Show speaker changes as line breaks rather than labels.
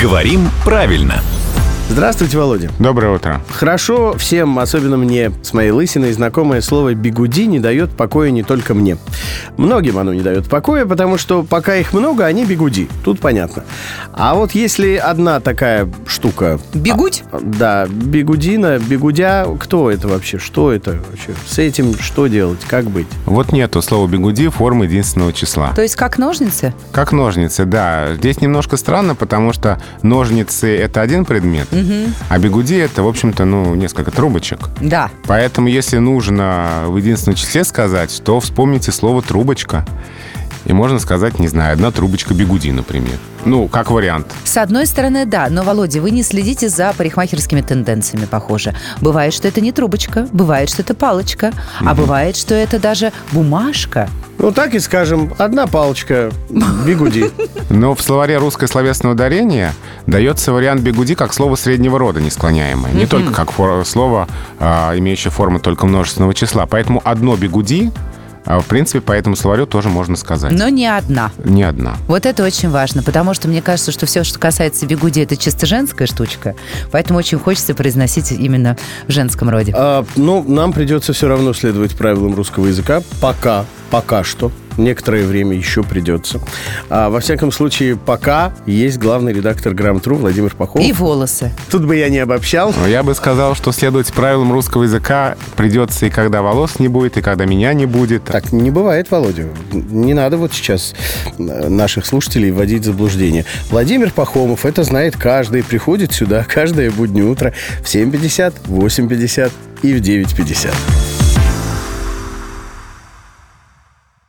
Говорим правильно.
Здравствуйте, Володя.
Доброе утро.
Хорошо всем, особенно мне, с моей лысиной, знакомое слово «бигуди» не дает покоя не только мне. Многим оно не дает покоя, потому что пока их много, они бигуди. Тут понятно. А вот если одна такая штука...
Бегуть?
Да, бигудина, бигудя, кто это вообще? Что это вообще? С этим что делать? Как быть?
Вот нету слова «бигуди» формы единственного числа.
То есть как ножницы?
Как ножницы, да. Здесь немножко странно, потому что ножницы — это один предмет, а бигуди — это, в общем-то, ну, несколько трубочек.
Да.
Поэтому, если нужно в единственном числе сказать, то вспомните слово «трубочка». И можно сказать, не знаю, одна трубочка бигуди, например. Ну, как вариант.
С одной стороны, да, но, Володя, вы не следите за парикмахерскими тенденциями, похоже. Бывает, что это не трубочка, бывает, что это палочка, а бывает, что это даже бумажка.
Ну, так и скажем, одна палочка бигуди.
Но в словаре русское словесное ударение дается вариант бигуди как слово среднего рода, несклоняемое. Не только как фор- слово, а, имеющее форму только множественного числа. Поэтому одно бигуди, а, в принципе, по этому словарю тоже можно сказать.
Но не одна.
Не одна.
Вот это очень важно, потому что мне кажется, что все, что касается бигуди, это чисто женская штучка. Поэтому очень хочется произносить именно в женском роде.
А, ну, нам придется все равно следовать правилам русского языка. Пока, пока что. Некоторое время еще придется. А, во всяком случае, пока есть главный редактор Грамм-Тру Владимир Пахов.
И волосы.
Тут бы я не обобщал.
Но я бы сказал, что следовать правилам русского языка придется и когда волос не будет, и когда меня не будет.
Так не бывает, Володя. Не надо вот сейчас э, наших слушателей вводить в заблуждение. Владимир Пахомов, это знает каждый, приходит сюда каждое буднее утро в 7.50, 8.50 и в 9.50.